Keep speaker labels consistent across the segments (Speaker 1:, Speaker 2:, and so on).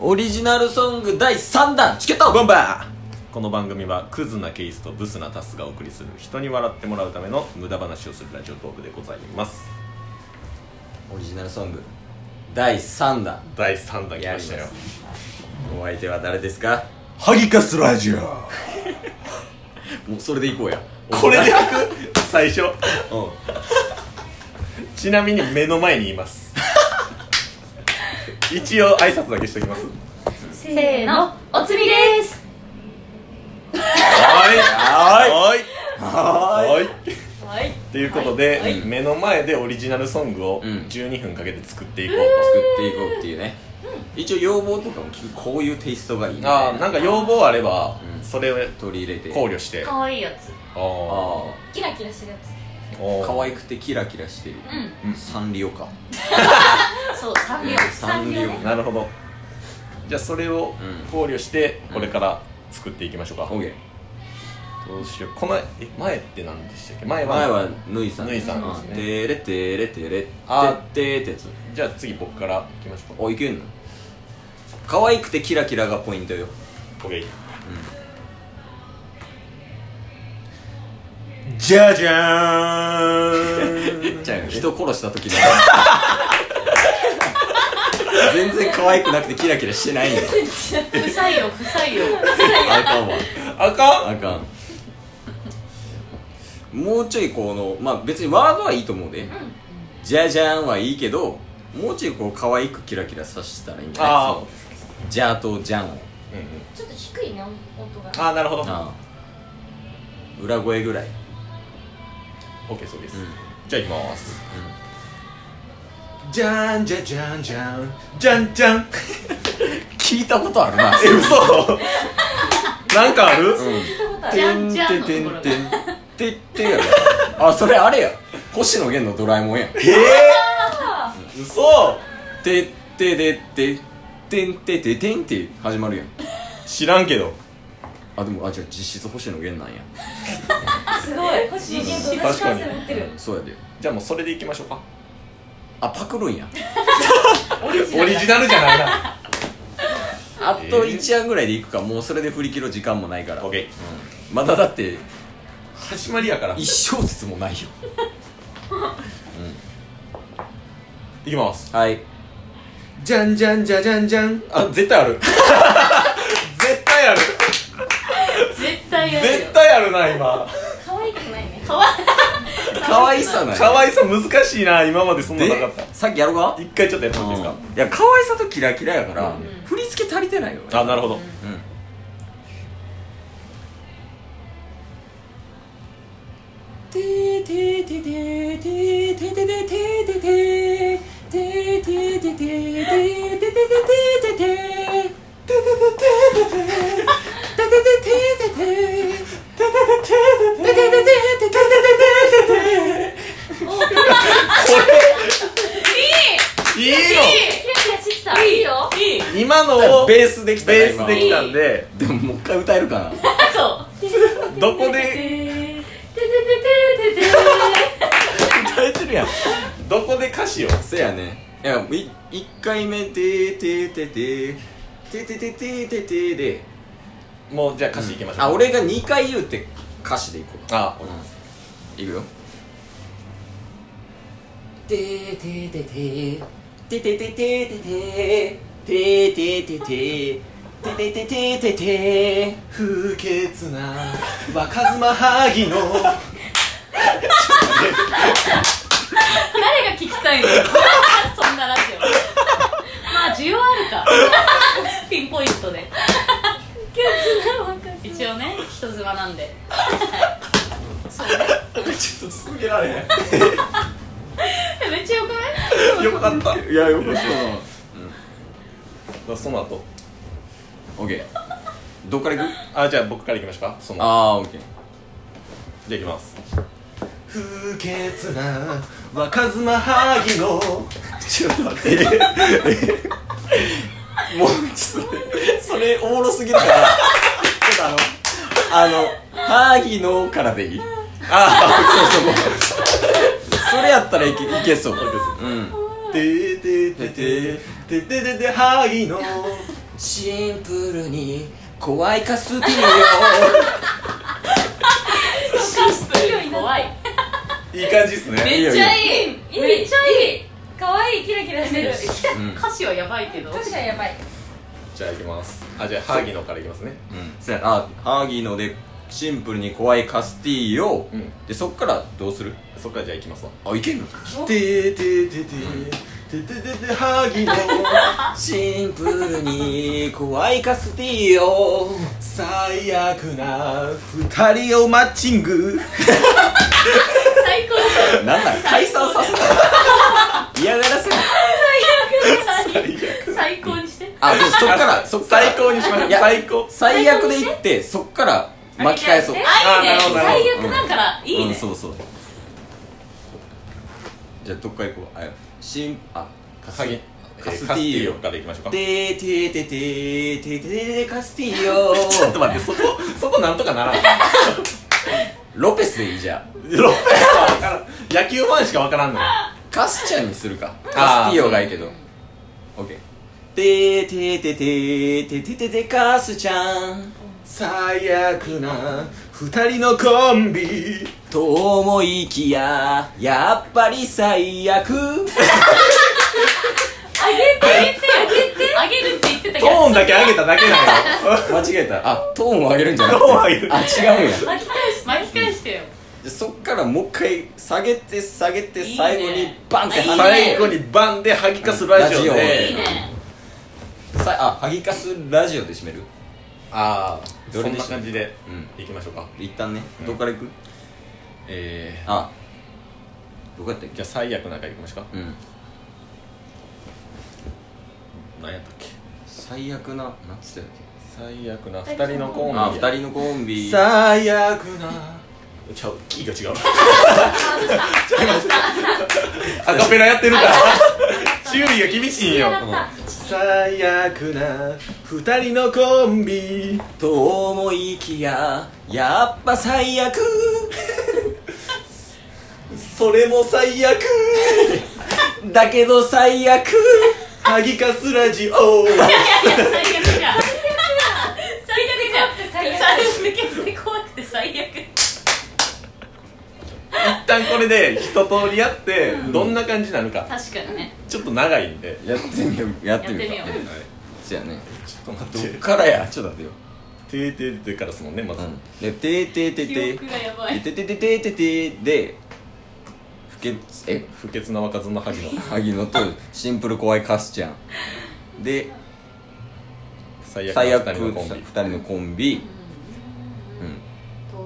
Speaker 1: オリジナルソング第3弾チケット
Speaker 2: ボンバーこの番組はクズなケイスとブスなタスがお送りする人に笑ってもらうための無駄話をするラジオトークでございます
Speaker 1: オリジナルソング第3弾
Speaker 2: 第3弾来ましたよ
Speaker 1: やりお相手は誰です か
Speaker 2: ハギカスラジオ
Speaker 1: もうそれでいこうや
Speaker 2: これでいく最初
Speaker 1: うん
Speaker 2: ちなみに目の前にいます一応挨拶だけしておきます
Speaker 3: せーの、おつみです。
Speaker 2: はいはいはいはい
Speaker 3: はい。
Speaker 2: ということで、
Speaker 3: はい
Speaker 2: 目の前でオリジナルソングを
Speaker 1: うん
Speaker 2: 12分かけて作っていこう
Speaker 1: 作っていこうっていうね一応要望とかも聞くこういうテイストがいいみ
Speaker 2: と、あ
Speaker 1: た
Speaker 2: あ
Speaker 1: い
Speaker 2: な
Speaker 1: なん
Speaker 2: か要望あれば、
Speaker 1: うん
Speaker 2: それを
Speaker 1: 取り入れて
Speaker 2: 考慮してあ
Speaker 3: 可愛いやつ。
Speaker 2: あ
Speaker 1: あ
Speaker 3: キラキラしてるや
Speaker 1: あ可
Speaker 2: 可い
Speaker 1: 愛くてキラキラしてる
Speaker 3: う
Speaker 1: サンリオか
Speaker 3: つ。そう、サンリオ。
Speaker 1: サンリオ
Speaker 3: ね
Speaker 2: なるほどじゃあそれを
Speaker 1: うん
Speaker 2: 考慮してこれから作っていきましょうか、
Speaker 1: オーケー
Speaker 2: どうしようこのえ前って何でしたっけ前は
Speaker 1: 前はぬいさん
Speaker 2: ぬいさんですね
Speaker 1: あテレテレテレテ
Speaker 2: あ
Speaker 1: テってやつ
Speaker 2: じゃあ次僕からいきましょうか
Speaker 1: おいけんの可愛くてキラキラがポイントよ
Speaker 2: OK
Speaker 4: じゃじゃーん
Speaker 1: じゃあ人殺した時だ全然可愛くなくてキラキラしてないよ
Speaker 3: 不採用、不採用。
Speaker 1: あかんわ
Speaker 2: あかん
Speaker 1: あかんもうちょいこのまあ別にワードはいいと思うで「じゃじゃん」はいいけどもうちょいこう可愛くキラキラさせたらいいんじゃない
Speaker 2: あー
Speaker 1: そのじゃ」と「じゃん」を
Speaker 2: うんうん
Speaker 3: ちょっと低いね、音が。
Speaker 2: ああなるほど
Speaker 1: ああ裏声ぐらい
Speaker 2: OK そうです、
Speaker 1: うん
Speaker 2: じゃあいきます
Speaker 4: じゃんじゃじゃんじゃんじゃんじゃん
Speaker 1: 聞いたことあるな
Speaker 2: え嘘なんかある、
Speaker 3: じゃんじゃんのところが。
Speaker 1: てんてんてんやろあそれあれや星野源のドラえもんや
Speaker 2: ええ嘘
Speaker 1: てってでっててんてててんって始まるやん
Speaker 2: 知らんけど
Speaker 1: あでもあじゃあ実質星野源なんや
Speaker 3: すごい。星人と同じ感性持ってる。
Speaker 1: そうやで
Speaker 2: じゃあもうそれでいきましょうか
Speaker 1: あパクるんや
Speaker 3: オリジナ
Speaker 2: オ
Speaker 3: ル
Speaker 2: リ
Speaker 3: だ
Speaker 2: ジ。ナルじゃないな
Speaker 1: あと1案ぐらいでいくかもうそれで振り切る時間もないから
Speaker 2: OK
Speaker 1: まだだって
Speaker 2: 始まりやからい
Speaker 1: 一小節もないよ
Speaker 2: きます
Speaker 1: はい
Speaker 4: じゃんじゃんじゃじゃんじゃん
Speaker 2: あ絶対ある 絶対ある
Speaker 3: 絶対やるよ
Speaker 2: 絶。対あるな今
Speaker 3: 可愛くないね。可愛い。
Speaker 1: 可愛さない
Speaker 2: 可愛さ難しいな今までそんな
Speaker 1: で
Speaker 2: なかった
Speaker 1: さっきやろうか
Speaker 2: 一回ちょっとやってもらっていいで
Speaker 1: いや可愛さとキラキラやから、
Speaker 2: うん
Speaker 1: 振り付け足りてないよね
Speaker 2: すかあなるほど
Speaker 1: うん
Speaker 2: いいよ
Speaker 3: キラキラしてきた。いいよ。いい。
Speaker 2: 今のをベ
Speaker 1: ベースできたな
Speaker 2: ース
Speaker 1: 今
Speaker 2: できたんで
Speaker 1: でももう一回歌えるかな
Speaker 3: そう。
Speaker 2: どこ
Speaker 3: て
Speaker 2: で
Speaker 3: ててててて
Speaker 1: 歌えてるやん
Speaker 2: どこで歌詞を
Speaker 1: せやねいやい一回目でてててててててててで
Speaker 2: もうじゃあ歌詞いきましょう
Speaker 1: あ俺が2回言うって歌詞でいこう
Speaker 2: あ
Speaker 1: うんいくよててててててててててててててててててて
Speaker 4: 不潔な若妻ハギの
Speaker 3: 誰が聞きたいのそんなラジオまあ需要あるかピンポイントで一応ね人妻なんで
Speaker 2: ちょっと続けられへん
Speaker 3: えめっちゃよくない
Speaker 2: よかった
Speaker 1: いやよかったな
Speaker 2: その後
Speaker 1: オッケーどっからいく
Speaker 2: あじゃあ僕からいきましょうかその
Speaker 1: ああオッケー
Speaker 2: じゃあいきます
Speaker 4: 不潔な若妻ハギの
Speaker 1: ちょっと待って。もうちょっと待って。それおもろすぎるから。ちょっとあの、あの、ハーギのからでいいああ、そうそうそう。それやったらいけいけそう。うん。
Speaker 4: ててててててててハギの
Speaker 1: シンプルに怖いか好きよ
Speaker 3: 怖い
Speaker 2: いい感じっすね
Speaker 1: い
Speaker 5: め
Speaker 1: よいい
Speaker 5: っち
Speaker 1: よ
Speaker 5: ゃいい
Speaker 3: いいよ
Speaker 5: めっちゃいい可愛いキラキラしてる
Speaker 1: うん
Speaker 3: 歌詞はやばいけど
Speaker 5: 確かにやばい
Speaker 2: じゃあいきますあじゃあハーギーのからいきますね
Speaker 1: うんそやなハーギーのでシンプルに怖いカスティーヨ
Speaker 2: うん
Speaker 1: でそっからどうする
Speaker 2: そっからじゃあいきますわ
Speaker 1: あいけんの
Speaker 4: てーてーてーてーてーてーてーてーハギの
Speaker 1: シンプルに怖いカスティーヨ
Speaker 4: 最悪な二人をマッチング
Speaker 3: 最高だ
Speaker 1: なんなん解散させたの嫌がらせない
Speaker 3: 最高にして
Speaker 1: あでもそっからそっから
Speaker 2: 最高にしましょう
Speaker 1: いや
Speaker 2: 最高
Speaker 1: 最悪で言ってそっから巻き返そう
Speaker 5: あ
Speaker 3: あいいね
Speaker 2: あなるほどなる
Speaker 3: 最
Speaker 2: ほ
Speaker 3: 悪だからいい
Speaker 1: うん
Speaker 3: ね
Speaker 1: そうそうじゃあどっか行こうあシンあカ
Speaker 2: ハーギー
Speaker 1: カステ
Speaker 2: えーカステ
Speaker 1: ィ
Speaker 2: ィ
Speaker 1: ー
Speaker 2: ー
Speaker 1: ヨ
Speaker 2: ヨからいきましょうか
Speaker 1: てーてーてーてーてーてーてーカスティーヨ
Speaker 2: ちょっと待ってそこそこなんとかならん
Speaker 1: ロペスでいいじゃん
Speaker 2: ロペスは分からん野球ファンしか分からんのよ
Speaker 1: カスちゃんにするかカ
Speaker 2: あー
Speaker 1: スティーヨがいいけどオッケーてーてーてーてーてーてーてーてーカスちゃん
Speaker 4: 最悪な二人のコンビ
Speaker 1: と思いきややっぱり最悪
Speaker 3: あげてあげてあげてあげるって言って
Speaker 2: ト
Speaker 3: たけど
Speaker 2: ーンだけ上げただけなのよ
Speaker 1: 間違えたあトーンを上げるんじゃなく
Speaker 2: ト
Speaker 1: て
Speaker 2: ーン上げる
Speaker 1: あ違うんや
Speaker 3: 巻き返して巻き返してよ
Speaker 1: でそっからもう一回下げて下げて
Speaker 3: いいね
Speaker 1: 最後にバンって
Speaker 3: いいね
Speaker 2: 最後にバンでハギかすラジオ
Speaker 1: ラジオ
Speaker 2: で
Speaker 3: いいね
Speaker 1: さあハギカスラジオで締める
Speaker 2: ああ
Speaker 1: ど
Speaker 2: そ
Speaker 1: れ
Speaker 2: ん
Speaker 1: でし
Speaker 2: な
Speaker 1: た
Speaker 2: 感じで
Speaker 1: う
Speaker 2: いきましょうか
Speaker 1: 一旦ね
Speaker 2: うん
Speaker 1: どっから行く
Speaker 2: え
Speaker 1: あどこやったっ
Speaker 2: ー
Speaker 1: け
Speaker 2: じゃあ最悪なんかいきましょうか
Speaker 1: うん
Speaker 2: 何やったっけ
Speaker 1: 最悪ななんつってたっけ
Speaker 2: 最悪な二人のコンビ
Speaker 1: あ二人のコンビ
Speaker 4: 最悪な
Speaker 2: ちゃうキーが違う違いますアカペラやってるから注意が厳しいんよ
Speaker 3: やった
Speaker 4: 最悪な二人のコンビ
Speaker 1: と思いきややっぱ最悪 それも最悪 だけど最悪
Speaker 4: ハギカスラジオ
Speaker 3: いやいや最悪じゃん最悪じゃん最
Speaker 5: 最悪
Speaker 3: 悪最悪怖くて最悪
Speaker 2: 一旦これで一通りやってどんな感じなのか
Speaker 3: 確かにね
Speaker 2: ちょっと長いんで
Speaker 1: やってみようやっ
Speaker 3: やって
Speaker 1: て
Speaker 3: み
Speaker 1: みよ
Speaker 3: よ
Speaker 1: う
Speaker 3: う
Speaker 1: そやね
Speaker 2: ちょっと待
Speaker 1: ど
Speaker 2: っ
Speaker 1: ってからやちょっと待ってよ
Speaker 2: てーてーてーからですもんねまず
Speaker 1: でててて
Speaker 3: 記
Speaker 1: て
Speaker 3: 憶がやばい
Speaker 1: ててててててで不潔え
Speaker 2: 不潔な若妻の萩の
Speaker 1: 萩野とシンプル怖いカスちゃんで
Speaker 2: 最悪
Speaker 1: 最
Speaker 2: な
Speaker 1: 悪
Speaker 2: 二人のコンビ
Speaker 1: 2人のコンビ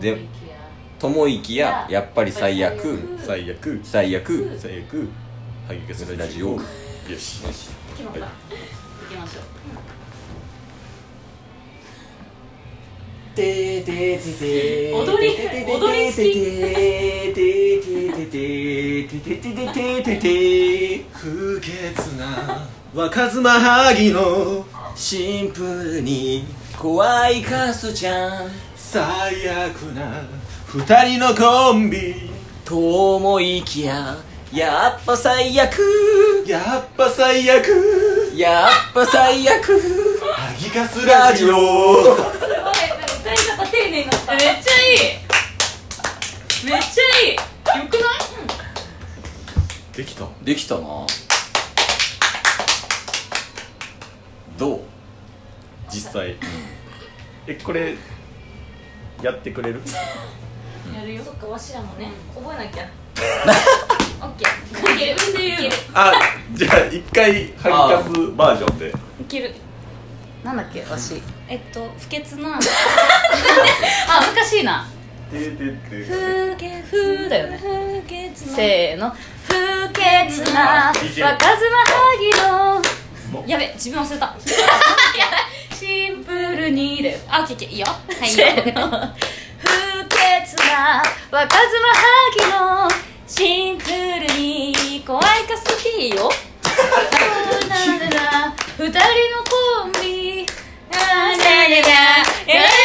Speaker 1: で
Speaker 3: で
Speaker 1: ともいきややっぱり最悪
Speaker 2: 最悪
Speaker 1: 最悪
Speaker 2: 最悪萩消すラジオよし
Speaker 3: 決まった行きましょう
Speaker 1: てーてーてーてー
Speaker 3: 踊り踊り好き
Speaker 1: てーてーてーてーてーてーてーてーてーてーてー
Speaker 4: 不潔な若妻ハギの
Speaker 1: シンプルに怖いカスちゃん
Speaker 4: 最悪な二人のコンビ
Speaker 1: と思いきややっぱ最悪
Speaker 4: やっぱ最悪
Speaker 1: やっぱ最悪
Speaker 4: ハギカスラジオ
Speaker 5: すごいなんか歌い方丁寧になった
Speaker 3: めっちゃいいめっちゃいいよくない
Speaker 2: できた
Speaker 1: できたなどう
Speaker 2: 実際えこれやってくれる
Speaker 3: やるよ
Speaker 5: そっかわしらもね覚えなき ゃオッケー
Speaker 3: いける自由
Speaker 2: あじゃあ一回ハギカスバージョンで
Speaker 5: いける
Speaker 3: なんだっけわし
Speaker 5: えっと不潔 な
Speaker 3: あ難しいな
Speaker 2: てーてーてー
Speaker 5: 不潔
Speaker 3: ふーだよね
Speaker 5: 不潔な
Speaker 3: せーの不潔な若妻ハギのやべ自分忘れ たシンプルにだよ
Speaker 5: あオッケーオッケーいいよはい
Speaker 3: せーの不潔な若妻ハギのシンプルに怖いかすぎよなんだな二人のコンビなーなーなーなーなーなーな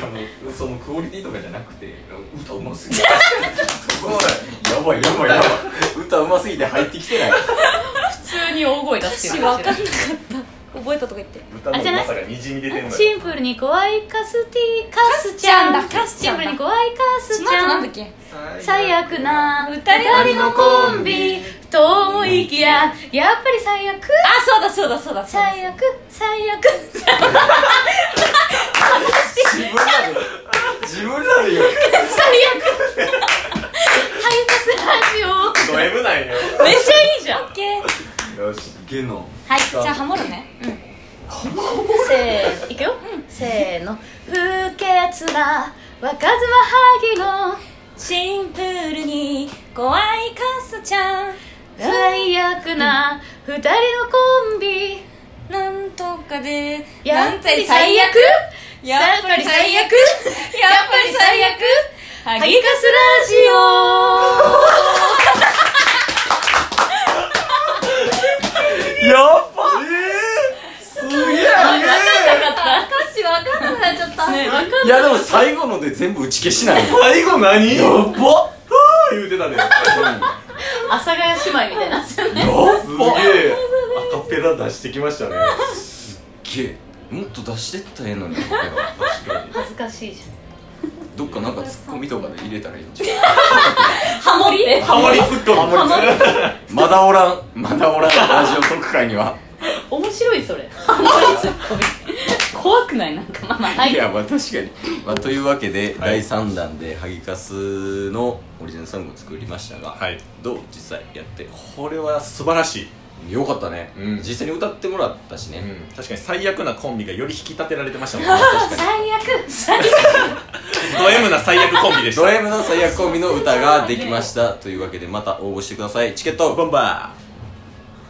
Speaker 1: いやもうそのクオリティとかじゃなくて歌うますぎてやばいやばいやばい歌うますぎて入ってきてない
Speaker 3: 普通に大声出す
Speaker 5: して
Speaker 3: 詞
Speaker 5: る
Speaker 3: 分かんなかった覚えたとか言って
Speaker 2: 歌
Speaker 3: あれじゃ
Speaker 2: の
Speaker 3: な
Speaker 2: ま
Speaker 3: い
Speaker 2: さがにじみ出てんのよ
Speaker 3: シンプルに怖いカスティカスちゃん
Speaker 5: カスちゃんだカスちゃんだ
Speaker 3: シンプルに怖いカスち
Speaker 5: その後
Speaker 3: ゃ
Speaker 5: なん
Speaker 3: ん
Speaker 5: だっけ
Speaker 3: 最悪な二人のコンビと思いきややっぱり最悪
Speaker 5: あそうだそうだそうだそうだ
Speaker 3: 最悪最 悪
Speaker 1: 自分らで自分らで言う
Speaker 3: 最悪ハイパスラジ
Speaker 2: ド M なんよ
Speaker 3: オめっちゃいいじゃんオッケー
Speaker 2: よし
Speaker 1: ゲノ
Speaker 3: はいじゃあハモるねうんせーいくよ、せーの不潔な若妻ハギのシンプルに怖いカスちゃん最悪な二人のコンビ
Speaker 5: なんとかで
Speaker 3: や
Speaker 5: な
Speaker 3: っ
Speaker 5: ん
Speaker 3: ぱり
Speaker 5: て
Speaker 3: 最
Speaker 5: 最
Speaker 3: 悪
Speaker 5: 悪
Speaker 3: やっぱり最悪やっぱり最悪ハ
Speaker 5: ハ
Speaker 3: ギ
Speaker 5: ギ
Speaker 3: カスラジオ
Speaker 1: やばえー、すげえ
Speaker 5: 歌詞わかんなくなっちゃった
Speaker 3: ね
Speaker 5: わかんない
Speaker 1: いやでも最後ので全部打ち消しないや
Speaker 2: 最後何や
Speaker 1: ばっ
Speaker 2: 言うてたね
Speaker 3: 阿佐ヶ谷姉妹みたいな
Speaker 1: やばっ
Speaker 2: すげえアカペラ出してきましたね
Speaker 1: すっげえもっと出してったらええのに
Speaker 2: 確かに
Speaker 3: 恥ずかしいじゃ
Speaker 1: どっかなんかツッコミとかで入れたらいいんちゃ
Speaker 3: んハモリ
Speaker 2: ハモリツッコミ
Speaker 1: ハモリうまだおらんまだおらんラジオ特会には
Speaker 3: 面白いそれハモリツッコミ怖くないなんかまあまあはいい
Speaker 1: やまあ確かに、まあ、というわけで、
Speaker 2: は
Speaker 1: 第
Speaker 2: い
Speaker 1: 3弾でハギカスのオリジナルソングを作りましたが、
Speaker 2: はい
Speaker 1: どう実際やって
Speaker 2: これは素晴らしい、
Speaker 1: よかったね、
Speaker 2: うん
Speaker 1: 実際に歌ってもらったしね、
Speaker 2: 確かに最悪なコンビがより引き立てられてましたもんね
Speaker 3: 最悪最悪
Speaker 2: ド M な最悪コンビでし
Speaker 1: ド
Speaker 2: た
Speaker 1: M の最悪コンビの歌ができましたというわけでまた応募してくださいチケット
Speaker 2: ボンバー